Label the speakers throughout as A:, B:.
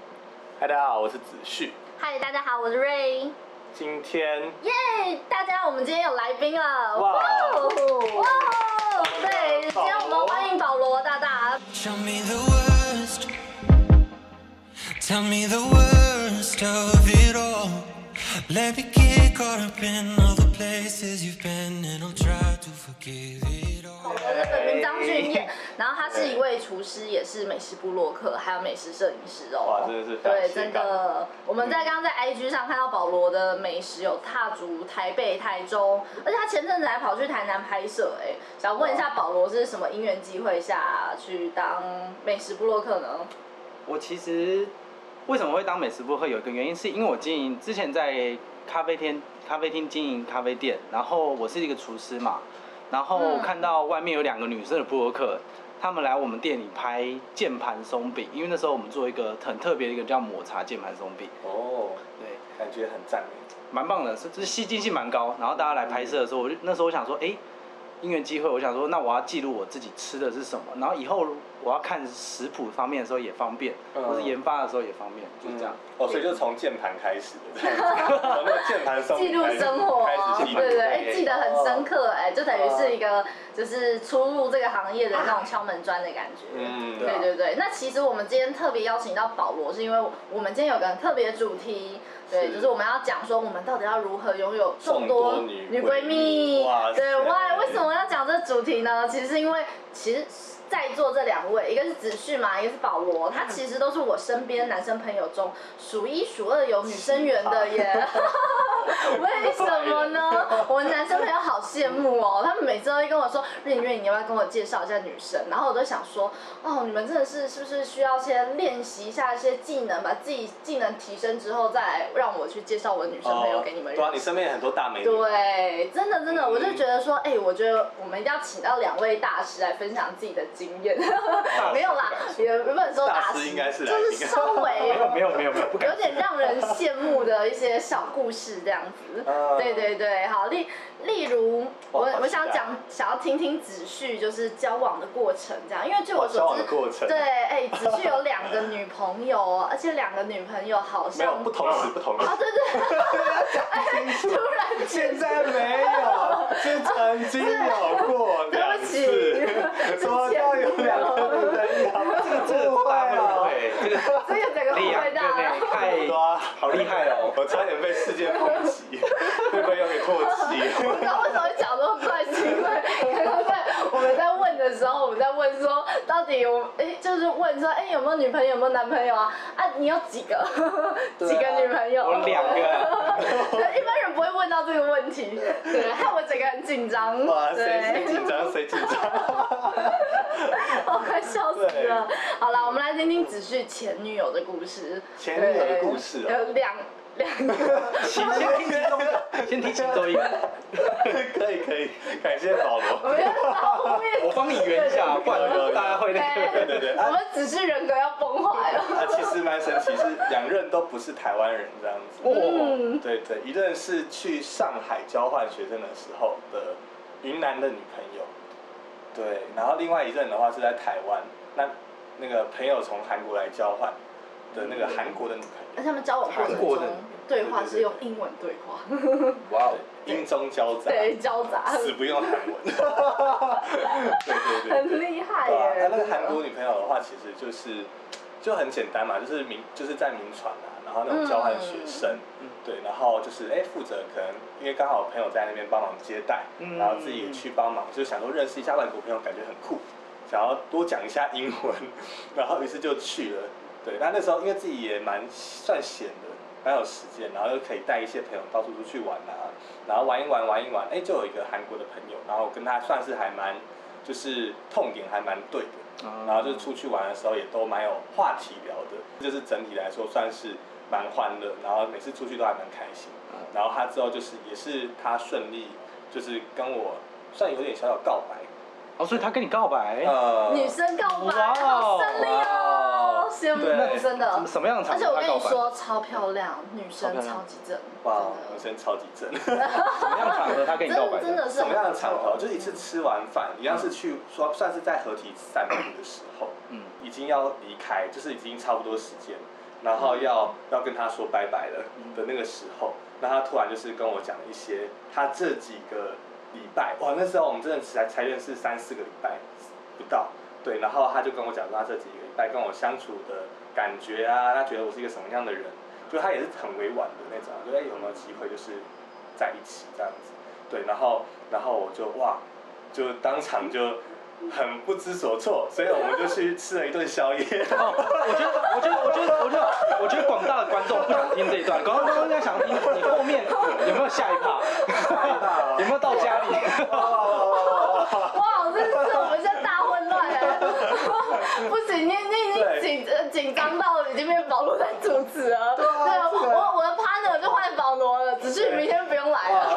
A: 嗨，大家好，我是子旭。
B: 嗨，大家好，我是瑞。
A: 今天
B: 耶、大家，我们今天有来宾了。
A: 哇
B: 哦哇哦！对，今天我们欢迎保罗大大。
C: Tell me the worst. Tell me the worst of it all. Let me get caught up in all the places you've been, and I'll try to forgive it
B: 保
C: all.
B: 罗是本名张俊彦，然后他是一位厨师，也是美食部落客，还有美食摄影师哦。
A: 哇真的是非常
B: 对，
A: 斜
B: 真
A: 杠
B: 的，我们在刚刚在 IG 上看到保罗的美食有踏足台北、台中，而且他前阵子还跑去台南拍摄，哎，想问一下保罗是什么因缘机会下去当美食部落客呢？
D: 我其实为什么会当美食播客，有一个原因是因为我经营之前在咖啡厅，咖啡厅经营咖啡店，然后我是一个厨师嘛，然后
B: 嗯
D: 看到外面有两个女生的播客，她们来我们店里拍键盘松饼，因为那时候我们做一个很特别的一个叫抹茶键盘松饼，
A: 哦，
D: 对，
A: 感觉很赞美。
D: 蛮棒的，是就是吸睛性蛮高。然后大家来拍摄的时候，我就那时候我想说，哎、因缘机会，我想说，那我要记录我自己吃的是什么，然后以后我要看食谱方面的时候也方便，
A: 嗯
D: 或是研发的时候也方便，
B: 嗯
D: 就是这样。
A: 哦，所以就从键盘开始 的，从那个键盘上
B: 记录生活
A: 开始，记录，
B: 对对，哎、记得
A: 哦
B: 很深。刻，哎、就等于是一个就是出入这个行业的那种敲门砖的感觉。
A: 嗯
B: 对对对，那其实我们今天特别邀请到保罗，是因为我们今天有个很特别的主题，对，
A: 是
B: 就是我们要讲说我们到底要如何拥有众
A: 众
B: 多
A: 多女
B: 女
A: 闺
B: 闺
A: 蜜
B: 蜜
A: 哇。
B: 对，
A: 塞
B: 哇，为什么要讲这主题呢？其实是因为其实。在座这两位，一个是子旭嘛，一个是保罗，他其实都是我身边男生朋友中数一数二有女生缘的
A: 啊
B: 耶。为什么呢？我男生朋友好羡慕哦，他们每次都会跟我说：“瑞瑞，你要不要跟我介绍一下女生？”然后我都想说：“哦，你们真的是是不是需要先练习一下一些技能，把自己技能提升之后，再来让我去介绍我的女生朋友给你们
A: 哦
B: 认识？”
A: 对啊，你身边有很多大美女，
B: 对，真的真的，我就
A: 嗯
B: 觉得说，哎、我觉得我们一定要请到两位大师来分享自己的经验。没有啦，也不能说
A: 大
B: 大
A: 师
B: 师，
A: 应该是来
B: 就是
A: 宾
B: 稍微
D: 没有没有没有，
B: 有
D: 不敢。
B: 点让人羡慕的一些小故事这样子。
A: 嗯
B: 对对对，好，例例如，我
A: 好啊
B: 我
A: 期待
B: 想讲，想要听听子旭就是交往的过程这样，因为据我
A: 哦交
B: 所
A: 往的
B: 知，
A: 过程
B: 对，哎、子旭有两个女朋友哦，而且两个女朋友好
A: 没有
B: 像
A: 不同时不同时
B: 啊，，对对，哎，突然
A: 现在没有，是曾经有过两次
B: 对不，起
A: 说到有两个女朋友，
D: 这个
A: 误会
D: 大
A: 了
D: 误。会，这个
B: 这个整个误
D: 两
B: 会
D: 个
B: 大
D: 呢
B: 了。，
D: 太
A: 啊对啊，好
D: 厉害哦
A: 我差点被世界抨 击，会不会有点过
B: 不知
A: 激？
B: 道为什么讲这么快，是因为刚刚在我们在问的时候，我们在问说到底有哎、就是问说哎、有没有女朋友，有没有男朋友啊？啊，你有几 个？几
A: 啊
B: 个女朋友？
D: 我两。个，
B: 对，一般人不会问到这个问题，对，害我整个很紧张。
A: 哇，谁谁
B: 对
A: 紧，张谁紧张？
B: 我快笑死了。好了，我们来听听子旭前女友的故事。
A: 前女友的故事哦
B: 对有两两个。
D: 先先听其中一个，先听其中一个，
A: 可以可以，感谢保
B: 我
A: 罗。
B: 们要到后 面
D: 我帮你圆一下，不然大家会那个。
A: 对对对，
B: 我
A: 啊
B: 们只是人格要崩坏了。
A: 啊，其实蛮神奇，是两任都不是台湾人这样子。
D: 哦，
B: 嗯，
A: 对对，一任是去上海交换学生的时候的云南的女朋友，对，然后另外一任的话是在台湾，那那个朋友从韩国来交换的那个韩国的女朋
B: 而
A: 友，
B: 且他们交往过程
D: 韩国
B: 中
D: 的
B: 对话是用英文对 话，
A: 哇哦，英中交杂，
B: 对，交杂，
A: 死不用韩文， 对对对，
B: 很厉害
A: 对啊，
B: 耶
A: 他。那个韩国女朋友的话，其实就是就很简单嘛，就是民就是在民传啊，然后那种交换学生，
D: 嗯
A: 对，然后就是哎负责可能因为刚好朋友在那边帮忙接待，
D: 嗯
A: 然后自己也去帮忙，就想说认识一下外国朋友，感觉很酷，想要多讲一下英文， 然后于是就去了。对，那那时候因为自己也蛮算闲的，蛮有时间，然后又可以带一些朋友到处出去玩啊，然后玩一玩玩一玩，哎，就有一个韩国的朋友，然后跟他算是还蛮就是痛点还蛮对的，然后就出去玩的时候也都蛮有话题聊的，就是整体来说算是蛮欢乐，然后每次出去都还蛮开心。然后他之后就是也是他顺利，就是跟我算有点小小告白，
D: 哦，所以他跟你告白，
A: 呃，
B: 女生告白，
D: 哇
B: 好
D: 哦
B: 胜利哦，羡慕
A: 对
B: 真
D: 什
B: 的
D: 么。什么样的场
B: 而且
D: 合
B: 我
D: 他
B: 跟
D: 告
B: 你
D: 白？
B: 说，超漂亮，女生
D: 超漂亮
B: 超级正，
A: 哇，女
B: 真
A: 生超级正。
D: 什么样的场合他跟你告
B: 的，
D: 白？
B: 真真的是
A: 什么样的场合？就是一次吃完饭，一样是去说算是在合体散步的时候，
D: 嗯
A: 已经要离开，就是已经差不多时间，然后要要跟他说拜拜了
D: 嗯
A: 的那个时候，那他突然就是跟我讲一些他这几个礼拜，哇，那时候我们真的才才认识三四个礼拜不到，对，然后他就跟我讲说他这几个礼拜跟我相处的感觉啊，他觉得我是一个什么样的人，就他也是很委婉的那种，就哎有没有机会就是在一起这样子，对，然后然后我就哇，就当场就。很不知所措，所以我们就去吃了一顿宵夜。
D: 哦，我觉得，我觉得，我觉得，我觉得，我觉得广大的观众不想听这一段，广大观众应该想听你后面有没有下一趴，有没有到家里？
B: 哇，这是我们现在大混乱 哎！不行，你你已经紧呃紧张到已经变保罗在主持了。对
A: 啊这个
B: 我我的 partner 就换保罗了，只是你明天不用来了，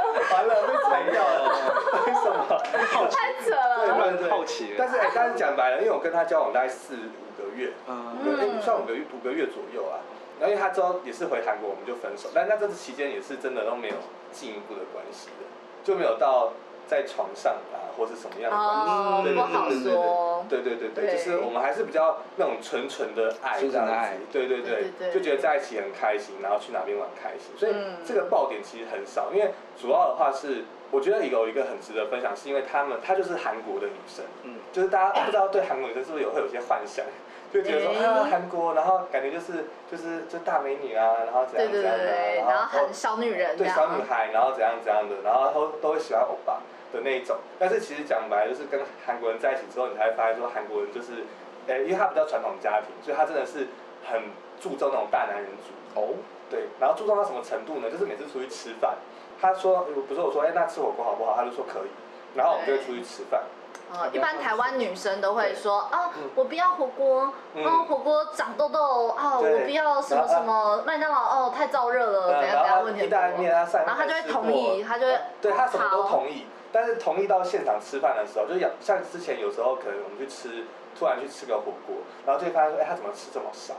A: 完了，被踩掉了，为什么？
B: 太扯
A: 对
B: 了。
A: 对对，
D: 好奇耶
A: 但是哎，但是讲白了，因为我跟他交往大概四五个月，
D: 嗯，
A: 对，哎算五个月五个月左右啊。然后因为他之后也是回韩国，我们就分手。但那这期间也是真的都没有进一步的关系的，就没有到在床上啊或是什么样的关
B: 哦
A: 系。对
B: 不好
A: 对对对
B: 说
A: 对对对对，
B: 对
A: 就是我们还是比较那种纯纯的爱这
D: 纯纯
A: 样
D: 的爱
A: 子。对对
B: 对
A: 对
B: 对对，
A: 就觉得在一起很开心，然后去哪边玩开心。所以
B: 嗯
A: 这个爆点其实很少，因为主要的话是，我觉得有一个很值得分享，是因为他们她就是韩国的女生，
D: 嗯
A: 就是大家不知道对韩国女生是不是有会有一些幻想，就觉得说、
B: 哎
A: 啊韩国，然后感觉就是就是就大美女啊，然后怎
B: 对
A: 样
B: 对
A: 怎
B: 对
A: 样的、
B: 对，
A: 啊，
B: 然后
A: 哦
B: 很小女人这
A: 对
B: 样。啊
A: 小女孩，然后怎样怎样的，然后都都会喜欢欧巴的那一种。但是其实讲白了，就是跟韩国人在一起之后，你才会发现说韩国人就是，呃、因为他比较传统家庭，所以他真的是很注重那种大男人主义。
D: 哦，
A: 对，然后注重到什么程度呢？就是每次出去吃饭，他说，呃不是我说，哎、那吃火锅好不好？他就说可以，然后我们就会出去吃饭。
B: 哦，一般台湾女生都会说啊
A: 嗯，
B: 我不要火锅，
A: 嗯
B: 哦，火锅长痘痘，哦，
A: 对
B: 我不要什么什么麦当劳，哦，太燥热了，
A: 呃
B: 怎样怎
A: 然
B: 样，
A: 后
B: 问题很
A: 意大利面啊
B: 多
A: 上。
B: 然后他就会同
A: 海
B: 意，
A: 鲜
B: 他就会
A: 对他什么都
B: 好
A: 同意，但是同意到现场吃饭的时候，就是像像之前有时候可能我们去吃，突然去吃个火锅，然后就会发现说，哎、他怎么吃这么少？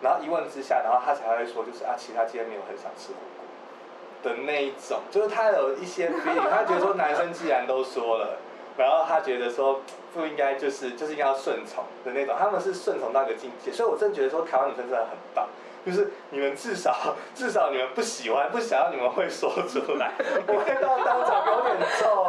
A: 然后一问之下，然后他才会说，就是啊，其实他今天没有很想吃火锅的那一种，就是他有一些 feeling，他觉得说男生既然都说了，然后他觉得说不应该就是就是应该要顺从的那种，他们是顺从到一个境界，所以我真的觉得说台湾女生真的很棒。就是你们至少 至少你们不喜欢不想要你们会说出来，我会到当场有点皱。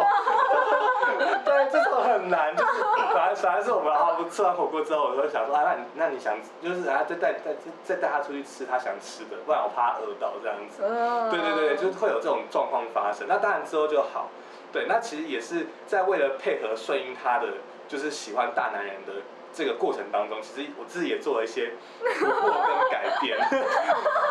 A: 对，这种很难，就是反而反而是我们啊，吃完火锅之后，我就想说啊，那你那你想就是啊，再带再再带他出去吃他想吃的，不然我怕他饿到这样子。
B: 嗯
A: 对对对，就是会有这种状况发生。那当然之后就好，对，那其实也是在为了配合顺应他的，就是喜欢大男人的这个过程当中，其实我自己也做了一些突破跟改变。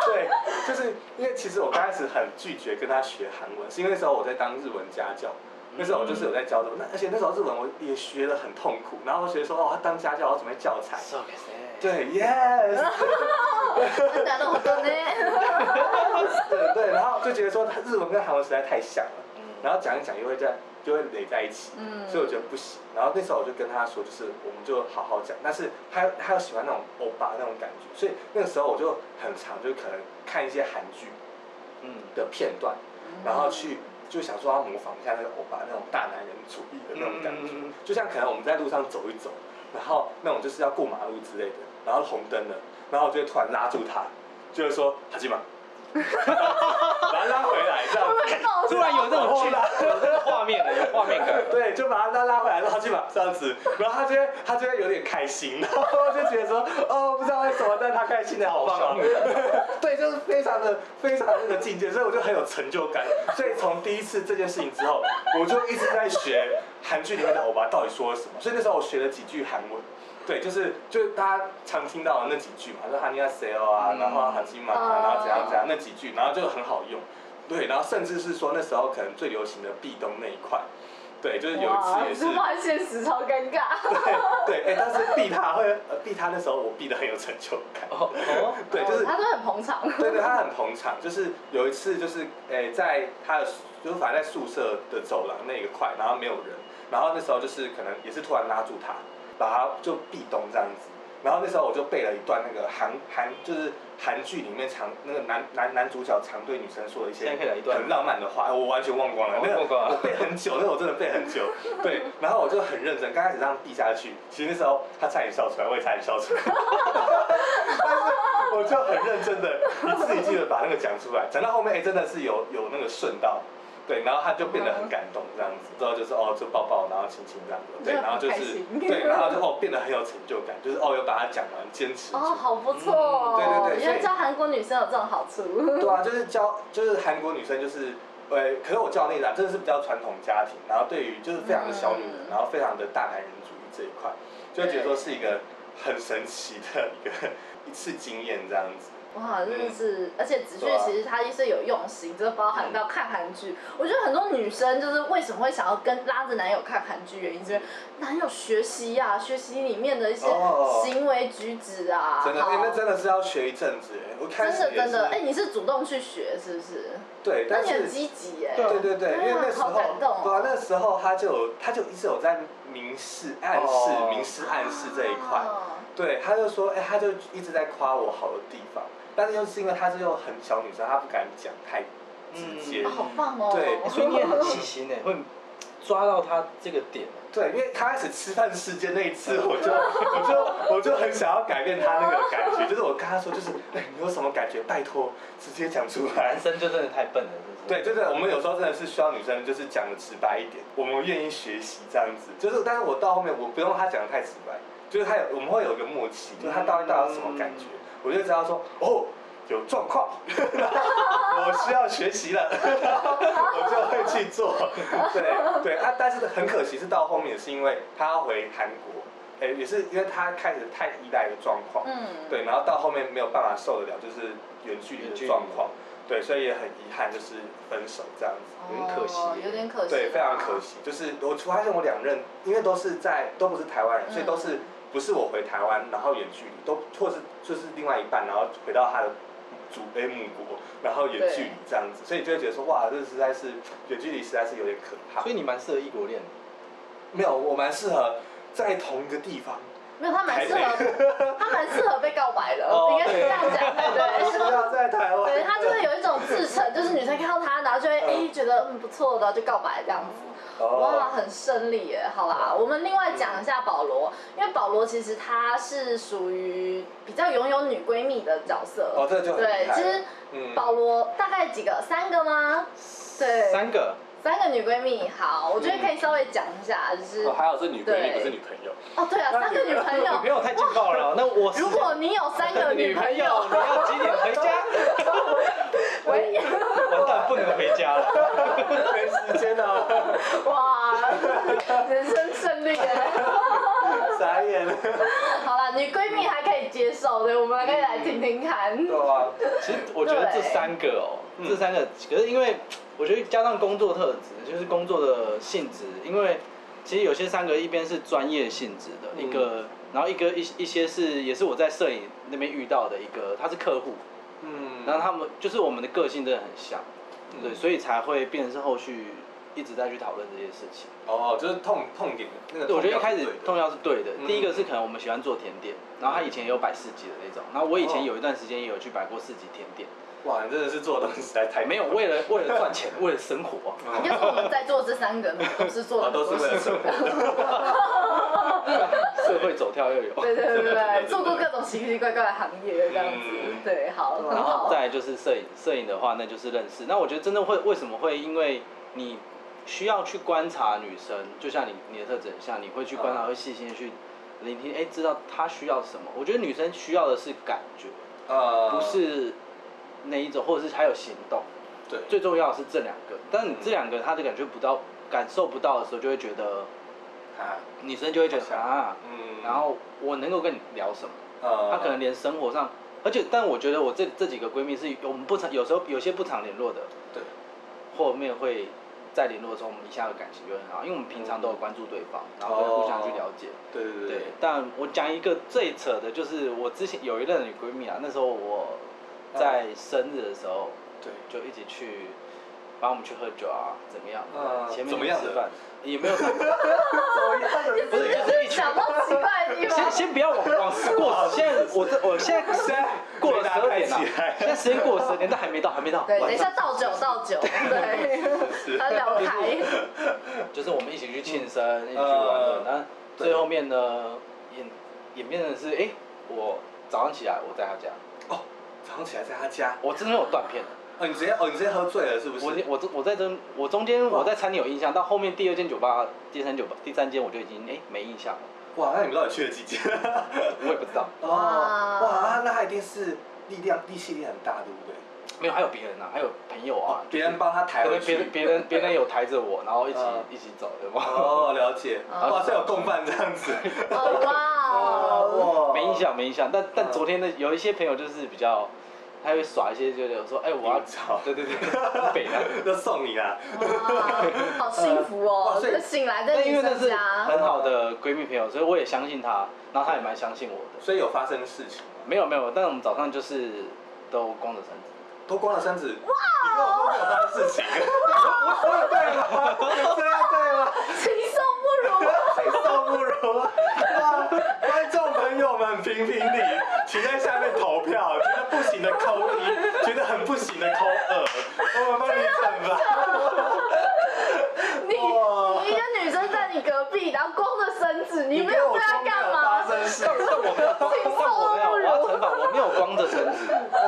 A: 对，就是因为其实我刚开始很拒绝跟他学韩文，是因为那时候我在当日文家教。那时候我就是有在教的，那而且那时候日文我也学的很痛苦，然后我学说哦，当家教我要准备教材，对，yes，
B: 真的那么多 呢，
A: 对对，然后就觉得说日文跟韩文实在太像了，
D: 嗯
A: 然后讲一讲又会在就会垒在一起，
B: 嗯
A: 所以我觉得不行。然后那时候我就跟他说，就是我们就好好讲，但是他他又喜欢那种欧巴那种感觉，所以那个时候我就很常就可能看一些韩剧
D: 嗯，
A: 的片段，然后去就想说要模仿一下那个欧巴那种大男人主义的那种感觉，
D: 嗯嗯嗯嗯
A: 就像可能我们在路上走一走，然后那种就是要过马路之类的，然后红灯了，然后我就会突然拉住他，就是说哈基玛， 把他拉回来这样子。
B: 爆
D: 突然有这种剧，有这个画面的，有画面感。
A: 对，就把他拉拉回来，然后去把这样子，然后他就会他就会有点开心，然后就觉得说，哦，不知道为什么，但他开心的好棒啊
D: 好爽！
A: 对，就是非常的非常的那个境界，所以我就很有成就感。所以从第一次这件事情之后，我就一直在学韩剧里面的欧巴到底说了什么。所以那时候我学了几句韩文。对，就是就是大家常听到的那几句嘛，就是哈尼亚塞欧啊，
D: 嗯
A: 然后哈基玛啊，然后怎样怎样那几句，然后就很好用。对，然后甚至是说那时候可能最流行的壁咚那一块，对，就是有一次也是，
B: 哇，现实超尴尬。
A: 对，哎、但是避他会，呃，避他那时候我避的很有成就感，
D: 哦哦，
A: 对，就是
B: 哦他都很捧场。
A: 对对，他很捧场。就是有一次，就是诶、在他的就是反正在宿舍的走廊那一块，然后没有人，然后那时候就是可能也是突然拉住他，把他就壁咚这样子。然后那时候我就背了一段那个韩韩就是韩剧里面常那个男男男主角常对女生说的一些
D: 现在可以来一段
A: 很浪漫的话，哎我完全忘光了，
D: 哦
A: 那个
D: 忘光了
A: 我背很久，那个我真的背很久。对，然后我就很认真，刚开始 这样闭下去，其实那时候他差点笑出来，我也差点笑出来。但是 我就很认真的一字一句的把那个讲出来，讲到后面哎、真的是有有那个顺到，对，然后他就变得很感动这样子，之后就是哦就抱抱，然后亲亲这样子，对，
E: 就很
A: 然后就
E: 开
A: 是
E: 心
A: 对，然后就哦变得很有成就感，就是哦有把它讲完，坚持住
B: 哦，好不错哦！
A: 嗯对对对
B: 原来
A: 所以
B: 教韩国女生有这种好处。
A: 对啊，就是教就是韩国女生就是。呃，可是我教的那一档真的是比较传统家庭，然后对于就是非常的小女人，
B: 嗯
A: 然后非常的大男人主义这一块，就会觉得说是一个很神奇的一个一次经验这样子。
B: 哇，真的是，而且子旭
A: 对啊
B: 其实她是有用心，就是包含到看韩剧。我觉得很多女生就是为什么会想要跟拉着男友看韩剧，原因是因为男友学习呀、学习里面的一些
A: 哦
B: 行为举止啊，
A: 真的，
B: 好
A: 哎、那真的是要学一阵子哎。我开
B: 真
A: 始
B: 的
A: 也
B: 真的，
A: 是
B: 哎、你是主动去学是不是？
A: 对，
B: 那
A: 但
B: 你
A: 是
B: 很积极耶。
A: 对对对，因为那时
B: 好
A: 候，
B: 感动哦
A: 对啊，那时候他就有他就一直有在明示、暗示、
D: 哦
A: 明示、暗示这一块。
B: 哦
A: 对，他就说，哎、他就一直在夸我好的地方，但是又是因为她是又很小女生，她不敢讲太直接。
B: 啊好棒哦！
A: 对
D: 哎所以你也很细心呢，会抓到他这个点。
A: 对，因为刚开始吃饭时间那一次，我就我就我就很想要改变她那个感觉，就是我跟她说，就是，哎、你有什么感觉？拜托，直接讲出来
D: 男。生就真的太笨了，是不
A: 对，
D: 是？
A: 就是我们有时候真的是需要女生就是讲的直白一点，我们愿意学习这样子。就是，但是我到后面我不用她讲的太直白，就是她有我们会有一个默契，就是她到底到底什么感觉，我就知道说哦有状况， 我需要学习了， 我就会去做。对对啊，但是很可惜是到后面是因为她要回韩国，哎、也是因为她开始太依赖的状况，
B: 嗯，
A: 对，然后到后面没有办法受得了，就是远距离
D: 远距
A: 的
D: 离
A: 状况，对，所以也很遗憾，就是分手这样子，
D: 有点可惜
B: 哦有点可惜，
A: 对，非常可。惜。就是我发现我两任，因为都是在都不是台湾人，所以都是
D: 嗯
A: 不是我回台湾，然后远距离，都或是就是另外一半，然后回到他的祖辈母国，然后远距离这样子，所以就会觉得说，哇，这实在是远距离实在是有点可怕。
D: 所以你蛮适合异国恋的。
A: 没有，我蛮适合在同一个地方。
B: 没有，他蛮适
A: 台
B: 合，他蛮适合被告白的，
D: 哦
B: 应该是这样讲才
A: 不
B: 对。
A: 要在台湾。
B: 对他就会有一种自成，就是女生看到他，然后就会哎、
A: 嗯
B: 觉得嗯不错的，就告白这样子。哇，
A: 哦，
B: 很顺利耶！好啦，我们另外讲一下保罗，因为保罗其实他是属于比较拥有女闺蜜的角色。
A: 哦，这个就很
B: 对
A: 厉，害
B: 其
A: 了
B: 实
A: 嗯
B: 保罗大概几个？三个吗？对，
D: 三个，
B: 三个女闺蜜。好，我觉得
A: 嗯
B: 可以稍微讲一下，就是
A: 哦，还好是女闺蜜，
B: 对
A: 不是女朋友。
B: 哦，对啊，
A: 那
B: 三个
A: 你
B: 女朋
D: 女朋
B: 友。
D: 友太劲爆了。那我是
B: 如果你有三个
D: 女
B: 女
D: 朋
B: 朋
D: 友，
B: 友
D: 你，要几点 回家？
B: 喂，
D: 完蛋，不能回家了。
A: 没时间了，
B: 哇，人生胜利耶！
A: 傻眼了。
B: 好啦，女闺蜜还可以接受的，我们可以来听听看。
A: 对啊，
D: 其实我觉得这三个哦，
A: 对
D: 这三个，可是因为我觉得加上工作特质，就是工作的性质，因为其实有些三个一边是专业性质的
A: 嗯
D: 一个，然后一个一一些是也是我在摄影那边遇到的一个，他是客户，
A: 嗯
D: 然后他们就是我们的个性真的很像，对，所以才会变成是后续一直在去讨论这些事情。
A: 哦，就是痛痛点那个
D: 对，
A: 痛
D: 我觉得一
A: 点
D: 开始
A: 对的
D: 痛药是对的。
A: 嗯
D: 第一个是可能我们喜欢做甜点，然后他以前也有摆市集的那种，然后我以
A: 哦
D: 前有一段时间也有去摆过市集甜点，
A: 哇，你真的是做的东西实在太
D: 没有 为了为了赚钱，为了生活。
B: 应该说我们在座这三个呢，都是做
A: 啊
B: 了
A: 都是为了生活。
D: 社会走跳又有。
B: 对对对对对，做过各种奇奇怪怪的行业这样子
A: 嗯，
B: 对，好，很
D: 然后
B: 好。
D: 再来就是摄影，摄影的话那就是认识。那我觉得真的会为什么会因为你需要去观察女生，就像你你的特征像，你会去观察，
A: 嗯
D: 会细心的去聆听，哎，知道她需要什么。我觉得女生需要的是感觉，
A: 呃，
D: 不是那一种，或者是还有行动。
A: 对，
D: 最重要的是这两个，但你这两个他的感觉不到、感受不到的时候，就会觉得
A: 啊，
D: 女生就会觉
A: 好
D: 得
A: 像
D: 啊，
A: 嗯
D: 然后我能够跟你聊什么？
A: 呃
D: 她可能连生活上，而且但我觉得我这这几个闺蜜是我们不常有时候有些不常联络的，
A: 对，
D: 后面会再联络的时候，我们一下子感情就很好，因为我们平常都有关注对方，然后会互相去了解。
A: 对哦对
D: 对，但我讲一个最扯的，就是我之前有一任女闺蜜啊，那时候我在生日的时候，
A: 对，
D: 就一起去，帮我们去喝酒啊，怎么样？
A: 嗯
D: 前面
A: 怎么样的
D: 吃饭 也没有，先
B: 不
D: 是就是一群
B: 想到奇怪的地方，
D: 先不要往往事过，现在我这我现在
A: 现在
D: 过了十二
A: 没
D: 点了
A: 打开起来，
D: 现在时间过了十二点，但还没到，还没到。
B: 对，等一下倒酒倒酒，对，他聊开，
D: 就是我们一起去庆生，一起去玩
A: 呃
D: 乐，那最后面呢，演演变成是，哎，我早上起来我在她家，
A: 哦，框起来在他家。
D: 我真的有断片，
A: 哦，你直接哦，你直接喝醉了是不是？
D: 我我我在中我中间
A: 哇
D: 我在餐厅有印象，到后面第二间酒吧、第三酒吧、第三间我就已经哎、没印象了，
A: 哇，那你们到底去了几间？
D: 我也不知道，
A: 哦，
B: 哇
A: 哇，那他一定是力量力气力很大，对不对？
D: 没有还有别人啊，还有朋友啊
A: 哦，，别人帮他抬
D: 可
A: 回
D: 能
A: 去，
D: 别人别人别人有抬着我，然后一起、
A: 嗯
D: 一起走，对吗？
A: 哦，了解，
B: 哦
A: 哇，这有共犯这样子，
B: 哦哇哦，
A: 哦
D: 没印象，没印象，但但
A: 嗯
D: 昨天的有一些朋友就是比较，他会耍一些就是说，哎、我要
A: 我操，
D: 对对对，很北 的。
A: 就送你啦，
B: 哇，好幸福哦！
A: 哇所以
B: 就醒来在
D: 但因
B: 女
D: 为那
B: 生
D: 是
B: 家，
D: 很好的闺蜜朋友，所以我也相信她，然后她也蛮相信我的。
A: 所以有发生事情吗，
D: 没有没有，但我们早上就是都光着身子。
A: 脱光了身子，哇，你跟
B: 哦
A: 我说没有发生事情，我我有对吗？这样对吗？
B: 禽兽不如。
A: 禽兽不如啊！哇观众朋友们评评理，请在下面投票，觉得不行的扣一，觉得很不行的扣二，我们帮你整吧。
B: 你
A: 哇
B: 你一个女生在你隔壁，然后光着身子，你没
A: 跟
B: 有
A: 我
B: 对她
A: 说没
B: 干
A: 有
B: 嘛
A: 发？生事
D: 但我没有，但我没有，我要惩罚，我没有光着身子，
A: 哦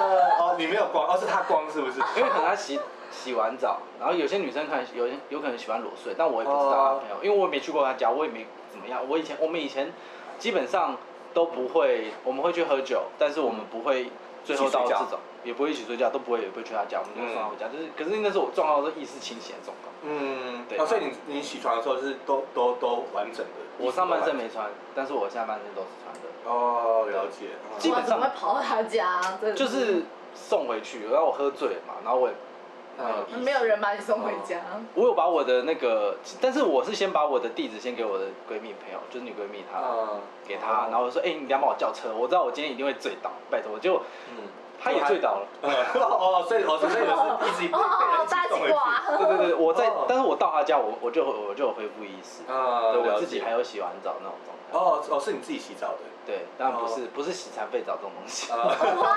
A: 哦，你没有光，哦是他光是不是？
D: 因为可能她洗洗完澡，然后有些女生可能有有可能喜欢裸睡，但我也不知道她
A: 哦
D: 朋友，因为我也没去过她家，我也没怎么样。我以前我们以前基本上都不会，我们会去喝酒，但是我们不会最后到这
A: 一起睡
D: 种，也不会一起睡觉，都不会也不会去她家，我们就送她回家。就是可是那时候我状况是意识清醒的状况。
A: 嗯，
D: 对
A: 哦，所以你你起床的时候是都都都完整的，
D: 我上半身没穿，但是我下半身都是穿的，
A: 哦，了解，
D: 基
A: 嗯
B: 哇，
D: 本
B: 怎
D: 上
B: 么会跑到她家？真的
D: 就是送回去。然后我喝醉了嘛，然后我也
A: 嗯
B: 没有人把你送回家。
D: 我有把我的那个，但是我是先把我的地址先给我的闺蜜朋友，就是女闺蜜她、
A: 嗯，
D: 给她，然后我说，哎、你等一下帮我叫车，我知道我今天一定会醉倒，拜托，就
A: 嗯，
D: 她也醉倒了。
A: 嗯，哦，所以哦，所以你 是一直被人
B: 哦
A: 一，
B: 大
A: 起送回
B: 西
A: 去，
B: 瓜。
D: 对对对，我在，
A: 哦
D: 但是我到她家，我我就我就有恢复意识，
A: 啊，
D: 对
A: 了
D: 我
A: 解
D: 自己还有洗完澡那种状态，
A: 哦哦，是你自己洗澡的，
D: 对，当然不
A: 哦
D: 是、不是洗残废澡这种东西，
A: 啊，
B: 哇！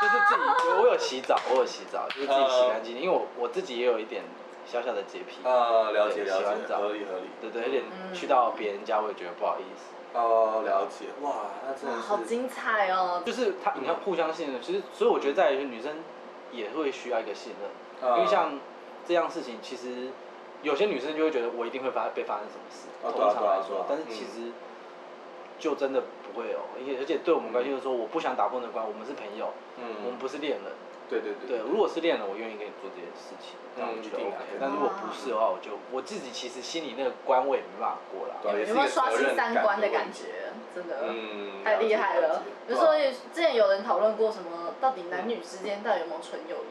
D: 就是自己我我有洗澡，我有洗澡，就是自己洗干净，因为我我自己也有一点小小的洁癖，
A: 啊，了解
D: 对
A: 了
D: 洗完
A: 解，
D: 澡
A: 合理合理，
D: 对对，有点
B: 嗯
D: 去到别人家我也觉得不好意思。
A: 哦，了解，哇，那真
B: 哇，
A: 的是
B: 好精彩哦！
D: 就是他，你要互相信任，其实所以我觉得在于女生也会需要一个信任，
A: 啊
D: 因为像这样事情，其实有些女生就会觉得我一定会发被发生什么事，
A: 哦
D: 通
A: 对啊
D: 常
A: 对啊
D: 来
A: 对啊
D: 说，但是其实就真的不会哦，而且而且对我们关系就是说，我不想打破你的关系，我们是朋友，我们
A: 嗯，
D: 不是恋人，
A: 对对对
D: 对，如果是恋人，我愿意跟你做这件事情，那我
A: 嗯
D: 觉
A: 一
D: 得
A: 定
D: OK，
A: 啊对
D: 但如果不是的话，我就我自己其实心里那个关我也没办法过啦，
A: 对啊，也是
B: 有
A: 一
B: 没
A: 个
B: 有刷
A: 责
B: 新
A: 任
B: 三
A: 感
B: 观的
A: 的
B: 感
A: 问题，
B: 觉？啊真的。
A: 嗯，
B: 太厉害了
A: 解！
B: 比如
A: 哇
B: 说，之前有人讨论过什么，到底男女之间到底有没有纯友谊？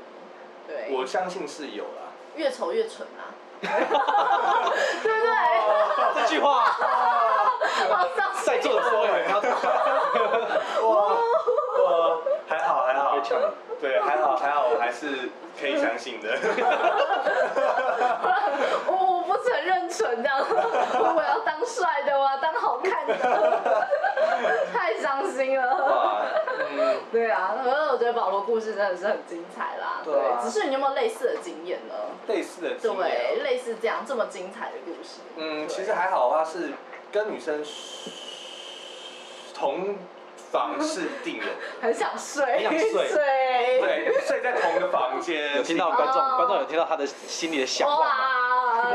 B: 对，
A: 我相信是有啦。
B: 越丑越蠢 啊， 对不对？
A: 哦
D: 这句话
B: 好伤心哦
D: 在座的 所有人 要。
A: 哇，我还好还好
D: 被呛了，
A: 对，还好还好，我还是可以相信的。
B: 我我不承认蠢这样， 我要当帅的，我要当好看的， 太伤心了。
A: 哇，嗯，
B: 对啊，可是我觉得保罗故事真的是很精彩啦。
A: 对啊
B: 只是你有没有类似的经验呢？
A: 类似的经验哦
B: 对，。类似这样这么精彩的故事。
A: 嗯，
B: 对
A: 其实还好的话是跟女生同房是一定有的，
B: 很想睡，
D: 很想睡
A: 对，睡在同一个房间，
D: 有听到 观众，
B: 哦
D: 观众有听到他的心里的想望吗？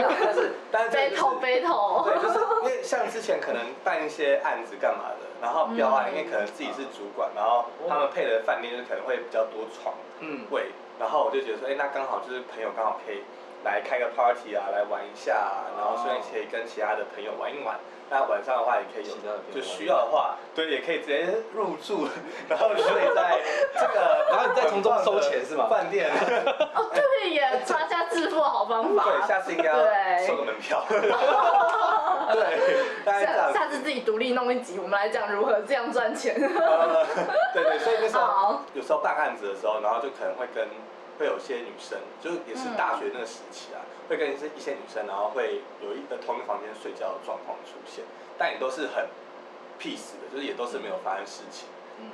B: 哇，
A: 但是但是这个
B: 悲
A: 就是
B: 痛悲痛，
A: 对，就是因为像之前可能办一些案子干嘛的，然后标案，因为可能自己是主管，然后他们配的饭店就可能会比较多床
D: 嗯，
A: 位，然后我就觉得说，哎、那刚好就是朋友刚好可以来开个 party 啊，来玩一下、啊，然后顺便可以跟其他的朋友玩一玩。那晚上的话也可以有
D: 其他的朋，友
A: 就
D: 玩
A: 需要的话，对，也可以直接入住，然后睡 在这个，
D: 然后你再从中收钱是吗
A: 饭店，
B: 哦对耶，抓家致富好方法。
A: 对，下次应该要
B: 对
A: 收个门票。 对，大概这样
B: 下
A: 子。
B: 下次自己独立弄一集，我们来讲如何这样赚钱。
A: 呃，对对，所以那时候
B: 好
A: 有时候办案子的时候，然后就可能会跟会有些女生，就是也是大学那个时期啊，会跟一些一些女生，然后会有一个同一个房间睡觉的状况出现，但也都是很 peace 的，就是也都是没有发生事情，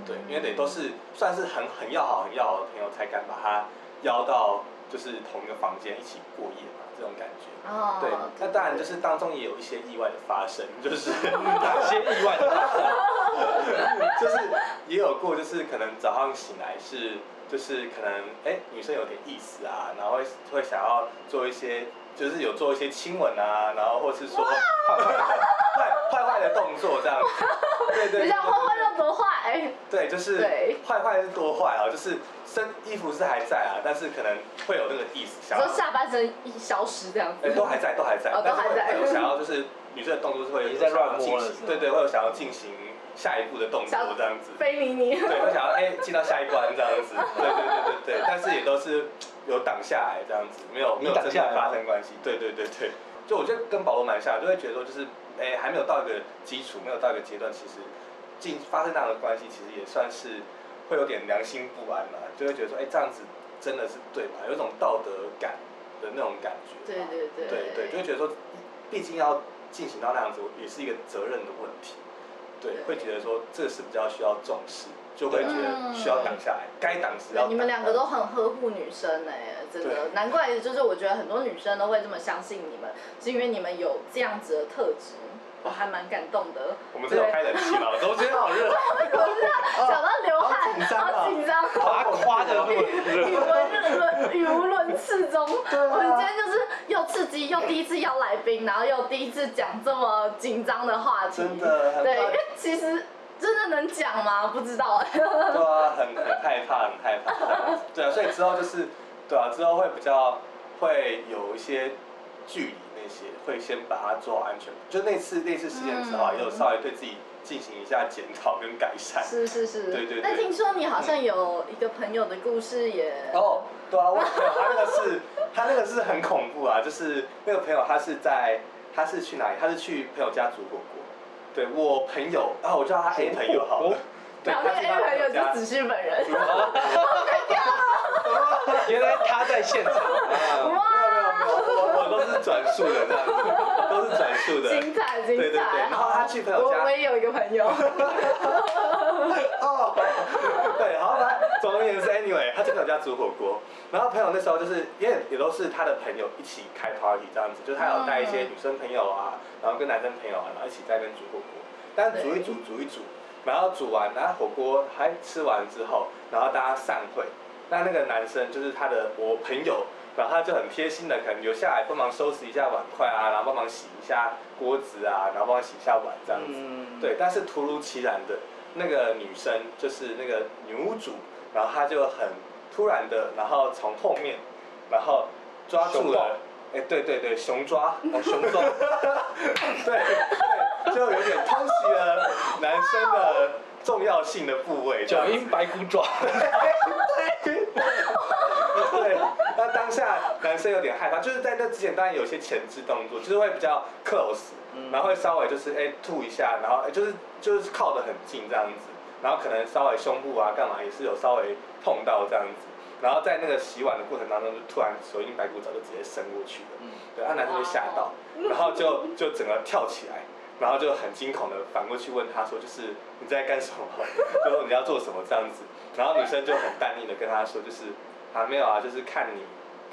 A: 对，因为得都是算是很很要好很要好的朋友才敢把她邀到就是同一个房间一起过夜嘛，这这种感觉。
B: 哦，
A: 对，那当然就是当中也有一些意外的发生，就是哪
D: 些意外的，
A: 就是也有过，就是可能早上醒来是，就是可能哎、女生有点意思啊，然后会会想要做一些，就是有做一些亲吻啊，然后或是说坏坏坏的动作这样子，对对
B: 等
A: 对
B: 一下坏坏
A: 对
B: 又多坏，哎，
A: 对，就是
B: 对
A: 坏坏是多坏啊，就是身衣服是还在啊，但是可能会有那个意思，想
B: 说
A: 要
B: 下半身一消失这样
A: 哎、
B: 子，
A: 都还在，都还在，
B: 哦都还在
A: 但是会有想要就是女生的动作是会有
D: 你在乱
A: 想
D: 摸了
A: 要进
D: 是吗
A: 行对对，会有想要进行下一步的动作
B: 想
A: 这样子，
B: 非礼你，
A: 对，会想要哎进、到下一关这样子，对对对对对，但是也都是有挡下来这样子，没有没有
D: 你
A: 真
D: 挡
A: 的
D: 下来吗
A: 发生关系，对对对对，就我觉得跟保罗蛮像，就会觉得说就是哎、还没有到一个基础，没有到一个阶段，其实进发生那样的关系，其实也算是会有点良心不安啦，就会觉得说哎、这样子真的是对吗？有一种道德感的那种感觉吧，
B: 对对对哎
A: 对对，就会觉得说，毕竟要进行到那样子，也是一个责任的问题。对，
B: 对
A: 会觉得说这是比较需要重视，就会觉得需要挡下来，该挡时要
B: 对
A: 挡。
B: 你们两个都很呵护女生哎、真的，
A: 对
B: 难怪就是我觉得很多女生都会这么相信你们，是因为你们有这样子的特质，我还蛮感动的。
A: 哦我们这种开冷气嘛，我都觉得好 热，
B: 我知道，讲到流汗，
A: 好紧张啊
B: 好紧张，
D: 把它夸的
B: 语
D: 热，
B: 无伦语无伦次中。
A: 对啊
B: 我们今天就是又刺激，又第一次邀来宾，然后又第一次讲这么紧张的话题。
A: 真的很
B: 对，因
A: 怕
B: 为其实真的能讲吗？不知道哎、
A: 对啊，很很害怕，很害怕这样子。对啊，所以之后就是，对啊，之后会比较会有一些距离那些，会先把它做好安全。就那次那次事件之后啊，
B: 嗯
A: 也有稍微对自己进行一下检讨跟改善。
B: 是是是。
A: 对对对
B: 那听说你好像有一个朋友的故事也。
A: 哦，对啊，我朋友他那个是，他那个是很恐怖啊，就是那个朋友他是在，他是去哪里？他是去朋友家煮火锅。对我朋友，啊，我叫他 A 朋友好了。 对，
B: 然后那
A: 他
B: 个 A
A: 去他
B: 朋友
A: 家
B: 就 只是本
A: 嗯
B: 人，
D: 原来他在现场，
A: 没有
B: 啊
A: 没有没有，我我都是转述的这样子，都是转述的。
B: 精彩精彩。
A: 对对对然后他去朋友家
B: 我我也有一个朋 友，
A: 哦，对，好，反正总而言之，anyway，他去朋友家煮火锅，然后朋友那时候就是因为也都是他的朋友一起开 party 这样子，就是他有带一些女生朋友啊，然后跟男生朋友啊，然后一起在那边煮火锅，但是煮一煮煮一煮，然后煮完，然后火锅还吃完之后，然后大家散会，那那个男生就是他的我朋友。然后他就很贴心的，可能留下来帮忙收拾一下碗筷啊，然后帮忙洗一下锅子啊，然后帮忙洗一下碗这样子。
D: 嗯，
A: 对，但是突如其然的，那个女生就是那个女巫主，然后她就很突然的，然后从后面，然后抓住
D: 熊抱
A: 了，哎、对对对，熊抓，
D: 哦，熊中，
A: 对对，就有点偷袭了男生的重要性的部位，这样
D: 九
A: 子
D: 阴白骨爪，
A: 对，那当下男生有点害怕，就是在那之前当然有些前置动作，就是会比较 close，、
D: 嗯
A: 然后会稍微就是哎、吐一下，然后、哎就是就是靠得很近这样子，然后可能稍微胸部啊干嘛也是有稍微碰到这样子，然后在那个洗碗的过程当中，就突然手印白骨爪就直接伸过去了，对，那男生就吓到，然后就就整个跳起来。然后就很惊恐的反过去问他说，就是你在干什么？ 就说你要做什么这样子。然后女生就很淡定的跟他说，就是啊没有啊，就是看你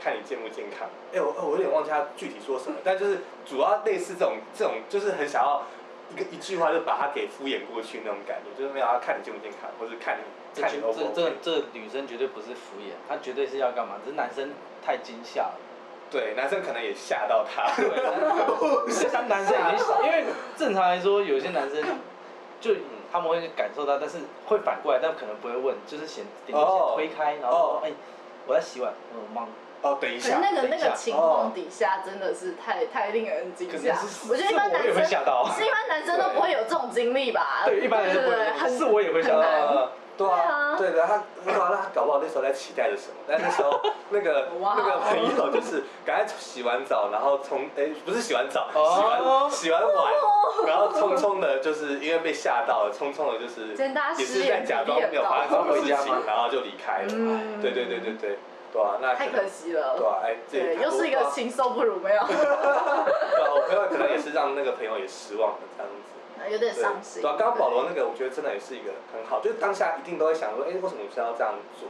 A: 看你健不健康。哎、我我有点忘记他具体说什么，但就是主要类似这种这种，就是很想要一个一句话就把他给敷衍过去那种感觉，就是没有啊，看你健不健康，或者看你
D: 这
A: 看你 O
D: 这
A: 不 O
D: 这这女生绝对不是敷衍，她绝对是要干嘛？只是男生太惊吓 了。
A: 对，男生可能也吓到 他。
D: 是他男生已经，因为正常来说，有些男生就他们会感受到，但是会反过来，但可能不会问，就是先顶
A: 哦
D: 多先推开，然后说哎，我在洗碗，嗯我忙。
A: 哦，等一
B: 可是
A: 下，
B: 那个
D: 等
B: 那
D: 一下
B: 个情
A: 哦
B: 况底下真的是太太令人惊
D: 可是
B: 吓
D: 是，
B: 我觉得一般
D: 是我
B: 男
D: 也会
B: 生
D: 吓到
B: 是一般男生都不会有这种经历吧？
D: 对，一般人
B: 对
D: 不
B: 对
D: 会
B: 对，很
D: 是我也会想
B: 很难
D: 到。
A: 呃，对啊，
B: 对
A: 对的，他对啊，那他搞不好那时候在期待着什么，但那时 候那个
B: 哇
A: 那个朋友就是赶快洗完澡，然后冲哎不是洗完澡，洗
D: 哦
A: 完洗完碗，
B: 哦
A: 然后匆匆的，就是因为被吓到了，匆匆的就是
B: 真的大家
A: 也
B: 失
A: 是在
B: 言
A: 假
B: 比
A: 装
B: 例很
A: 没有发生什么事
D: 高回家
A: 情
D: 吗，
A: 然后就离开了。
B: 嗯
A: 对对对对对，对啊，那
B: 太
A: 能
B: 可惜
A: 对
B: 了。
A: 啊，哎，这
B: 对，
A: 也
B: 又是一
A: 我不知
B: 个
A: 道
B: 禽兽不如，没有，
A: 对啊，我朋友可能也是让那个朋友也失望了这样子。
B: 有点
A: 对啊
B: 伤心。
A: 对啊，刚刚保罗那个，我觉得真的也是一个很好，就是当下一定都会想说，哎、为什么我们要这样做？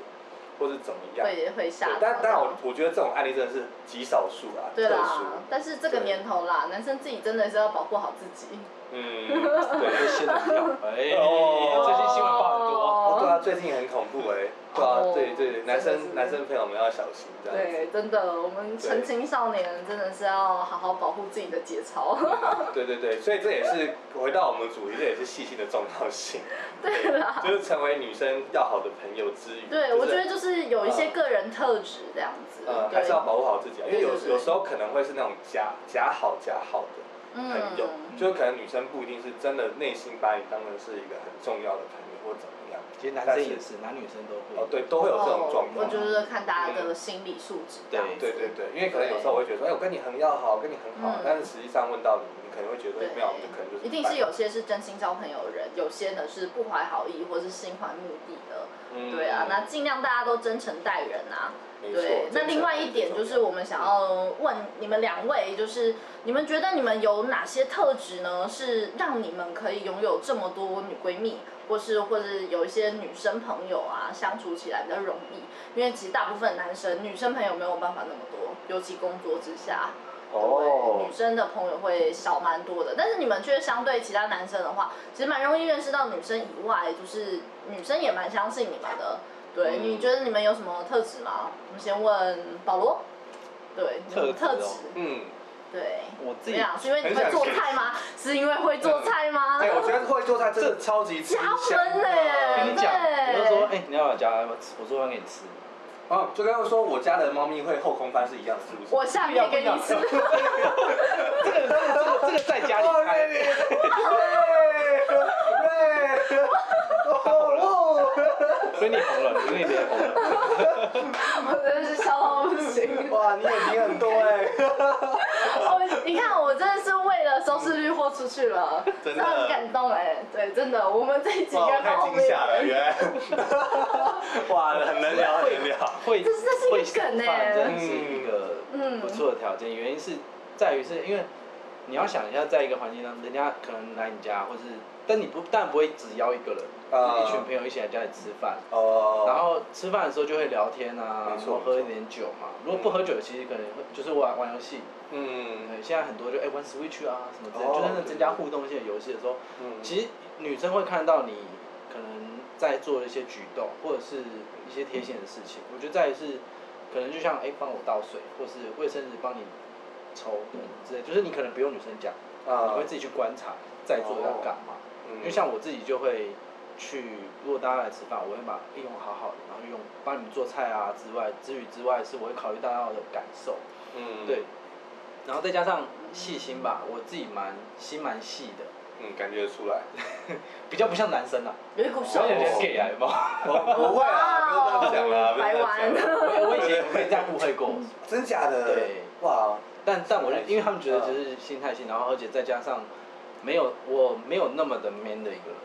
A: 或是怎么样。
B: 会会下
A: 对
B: 手，。
A: 但但我我觉得这种案例真的是极少数啊，
B: 对
A: 特
B: 啦
A: 殊。，
B: 但是这个年头啦，男生自己真的是要保护好自己。
A: 嗯， 对。
D: 现在比较，哎，
A: 哦
D: 最近新闻报很多。
A: 哦，对啊，最近很恐怖哎、对啊
B: 哦，
A: 对对，男
B: 真的是
A: 生男生朋友们要小心这样子。
B: 对，真的，我们成青少年真的是要好好保护自己的节操。
A: 对对对，所以这也是回到我们主题，这也是细心的重要性。
B: 对啦，
A: 就是成为女生要好的朋友之余，
B: 对，
A: 就是
B: 我觉得就是有一些个人特质这样子，
A: 呃还
B: 对
A: 是，要保护好自己啊，因为有
B: 对对对
A: 有时候可能会是那种假假好假好的朋
B: 嗯，
A: 友，就是可能女生不一定是真的内心把你当成是一个很重要的朋友或怎么样，
D: 其实男生也是，男女生都
A: 哦
D: 会。
A: 对，都会有这种状
B: 哦
A: 况。
B: 我觉得看大家的心理素质这样子。
A: 对对对，因为可能有时候我会觉得说，哎，我跟你很要好，跟你很好
B: 嗯，
A: 但是实际上问到你，你可能会觉得
B: 对
A: 没有，我们就可能就是
B: 一定是有些是真心交朋友的人，有些呢是不怀好意或是心怀目的的。
A: 嗯
B: 对啊，那尽量大家都真诚待人啊。
A: 没错
B: 对，那
A: 真诚
B: 另外一点就是，我们想要问你们两位，就是你们觉得你们有哪些特质呢？是让你们可以拥有这么多女闺蜜，或是或是有一些女生朋友啊，相处起来比较容易？因为其实大部分男生女生朋友没有办法那么多，尤其工作之下。对，
A: 哦
B: 女，生的朋友会少蛮多的，但是你们却相对其他男生的话，其实蛮容易认识到女生以外，就是女生也蛮相信你们的。对，
A: 嗯
B: 你觉得你们有什么特质吗？我们先问保罗。对，你们的特
D: 特质
B: 质
D: 哦。
A: 嗯，
B: 对，
D: 我
B: 怎
D: 自
B: 么
D: 己
B: 样？是因为你会做菜吗？是因为会做菜吗？
A: 哎对，我觉得会做菜真的超级吃
B: 加
A: 香嗯
B: 分欸呢
A: 的
D: 跟你讲，
B: 对
D: 我就说，哎，你要不要加？我做饭给你吃。
A: 哦，就跟他说我家的猫咪会后空翻是一样的，是不是？
B: 我下面给你吃。
D: 这个这个这个在家
A: 哎
D: 里开。
A: 哎
D: 所以你红了，所以你脸红了。
B: 我真的是笑到不 行。
A: 哎哇，你眼睛很多哎、
B: 哦，你看，我真的是为了收视率豁出去了，
A: 真的
B: 很感动哎、对，真的，我们这一集
A: 哇，我
B: 跟
A: 哦太
B: 后
A: 惊
B: 面
A: 吓了，原来， 哇，很能聊，很能聊，
D: 会
B: 这这是一个
D: 会想
B: 梗欸
D: 法真的是一个
B: 嗯
D: 不错的条件，原因是在于是因为你要想一下，在一个环境当中，人家可能来你家，或是但你不当然不会只邀一个人，
A: 啊
D: 一群朋友一起来家里吃饭。
A: 哦
D: 然后吃饭的时候就会聊天啊，
A: 没
D: 然
A: 错
D: 后喝一点酒嘛。如果不喝酒，其实可能会就是玩玩游戏。
A: 嗯
D: 对，现在很多就哎玩 Switch 啊什么之类，
A: 哦
D: 就是那增加互动性的游戏的时候，
A: 嗯
D: 其实女生会看到你可能在做一些举动，或者是一些贴心的事情。我觉得在于是，可能就像哎帮、我倒水，或是卫生纸帮你抽等等之类，就是你可能不用女生讲，
A: 啊嗯
D: 你会自己去观察在座要干嘛。因为像我自己就会去，如果大家来吃饭，我会把利用好好的，然后用帮你们做菜啊之外，之余之外是我会考虑大家的感受。
A: 嗯
D: 对，，然后再加上细心吧，我自己蛮心蛮细的，
A: 嗯，感觉得出来，
D: 比较不像男生啊，
B: 有一股
D: 小
B: 手
D: 有
A: 有点
D: 点 gay
A: gay
D: 啊，有
A: 我哦不会 啊，不要这样讲啦，不要
B: 白
A: 这样
B: 玩
A: 讲，
D: 我以前被这样误会过，
A: 真假的，
D: 对
A: 哇，
D: 但但我就因为他们觉得只是心态性，然后而且再加上没有我没有那么的 man 的一个人，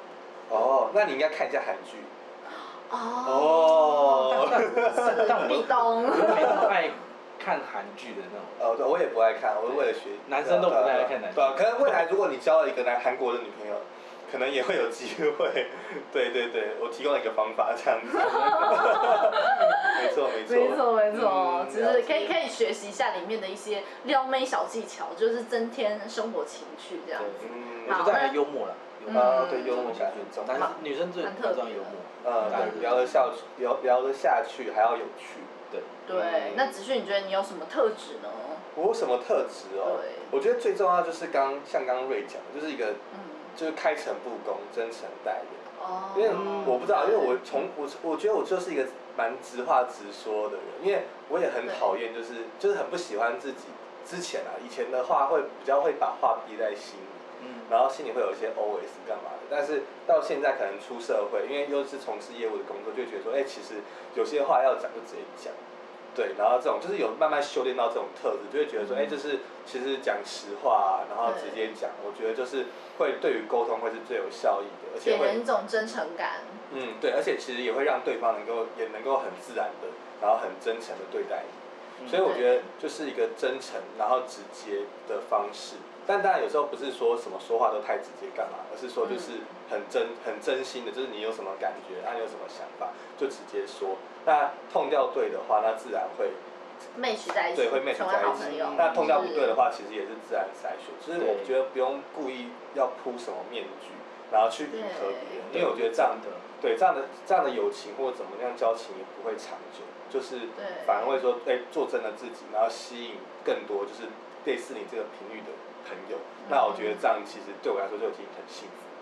A: 哦，那你应该看一下韩剧，
B: 哦，
D: 但但
B: 壁
D: 我
B: 咚，
D: 我没那么爱看韩剧的那种。
A: 哦，对，我也不爱看，我是为了学。
D: 男生都不太爱看男生
A: 对啊，可能未来如果你交了一个男韩国的女朋友，可能也会有机会。对对对，我提供了一个方法，这样子。 没错没错。
B: 没错没错
A: 嗯，
B: 只是可以
A: 了解
B: 可以学习一下里面的一些撩妹小技巧，就是增添生活情趣这样子。
A: 嗯
D: 我
B: 好
D: 就在幽默了，幽默
A: 啊，对，幽默感很重
D: 男
A: 要。
D: 生女生最
B: 蛮
D: 蛮
B: 特别的
D: 重要幽默，
A: 呃，对，聊得下去，聊聊得下去，还要有趣。
D: 对，
B: 对
A: 嗯，
B: 那子旭，你觉得你有什么特质呢？
A: 我有什么特质哦？
B: 对
A: 我觉得最重要就是刚像刚刚瑞讲，的，就是一个
B: 嗯，
A: 就是开诚布公、真诚待人。
B: 哦，
A: 因为我不知道，因为我从我我觉得我就是一个蛮直话直说的人，因为我也很讨厌，就是就是很不喜欢自己之前啊，以前的话会比较会把话憋在心里，
D: 嗯，
A: 然后心里会有一些 OS 干嘛的，但是到现在可能出社会，因为又是从事业务的工作，就觉得说，哎、其实有些话要讲就直接讲。对，然后这种就是有慢慢修炼到这种特质，就会觉得说，哎、就是其实讲实话啊、然后直接讲，我觉得就是会对于沟通会是最有效益的，而且
B: 给
A: 会
B: 人一种真诚感。
A: 嗯，对，而且其实也会让对方能够也能够很自然的，然后很真诚的对待你。所以我觉得就是一个真诚，然后直接的方式。但当然有时候不是说什么说话都太直接干嘛，而是说就是
B: 嗯
A: 很真、很真心的，就是你有什么感觉，啊你有什么想法，就直接说。那痛掉对的话，那自然会
B: match 在一起，
A: 对，会 match
B: 成为
A: 在
B: 好
A: 一
B: 朋
A: 起
B: 友。。
A: 那痛掉不对的话，其实也是自然筛选。就是
D: 对
A: 我觉得不用故意要铺什么面具，然后去迎合别人，因为我觉得这样的，对这样的这样的友情或者怎么样交情也不会长久，就是
B: 对
A: 反而会说，哎、做真的自己，然后吸引更多就是类似你这个频率的朋友。
B: 嗯
A: 那我觉得这样其实对我来说就已经很幸福了。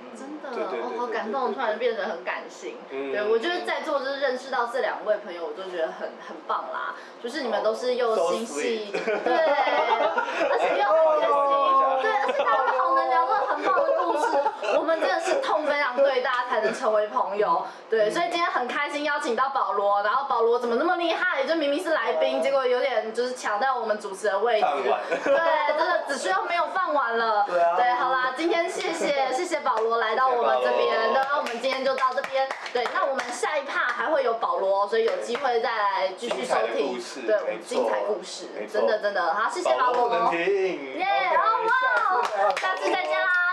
D: 嗯
B: 真的，
A: 对对对
B: 哦
A: 对，
B: 好
A: 对
B: 感
A: 对
B: 动，
A: 对
B: 突然变得很感性。
A: 嗯
B: 对，我就是在座就是认识到这两位朋友，我就觉得很很棒啦。就是你们都是又
A: 哦 So 哦
B: 心细，对，而且又很贴心，对，而且大家都好能聊到很棒的故事。我们真的是痛非常对，大家才能成为朋友。
A: 嗯
B: 对，所以今天很开心邀请到保罗，然后保罗怎么那么厉害？就明明是来宾，结果有点就是抢到我们主持的位置。
A: 哦饭碗。
B: 对，真的只需要没有饭碗了。
A: 对啊
B: 好啦，今天谢谢谢谢保罗来到我们这
A: 谢谢
B: 边，
A: 保罗
B: 对那我们今天就到这边。对，那我们下一趴还会有保罗，所以有机会再来继续收
A: 精彩的
B: 听
A: 故事。
B: 对，
A: 没
B: 我
A: 错
B: 们精彩故事
A: 没，错
B: 真的真的，好，谢谢
A: 保
B: 保
A: 罗不能
B: 罗，
A: 停。
B: 耶，
A: OK，
B: 好不好
A: 下次再聊
B: 下次再见啦。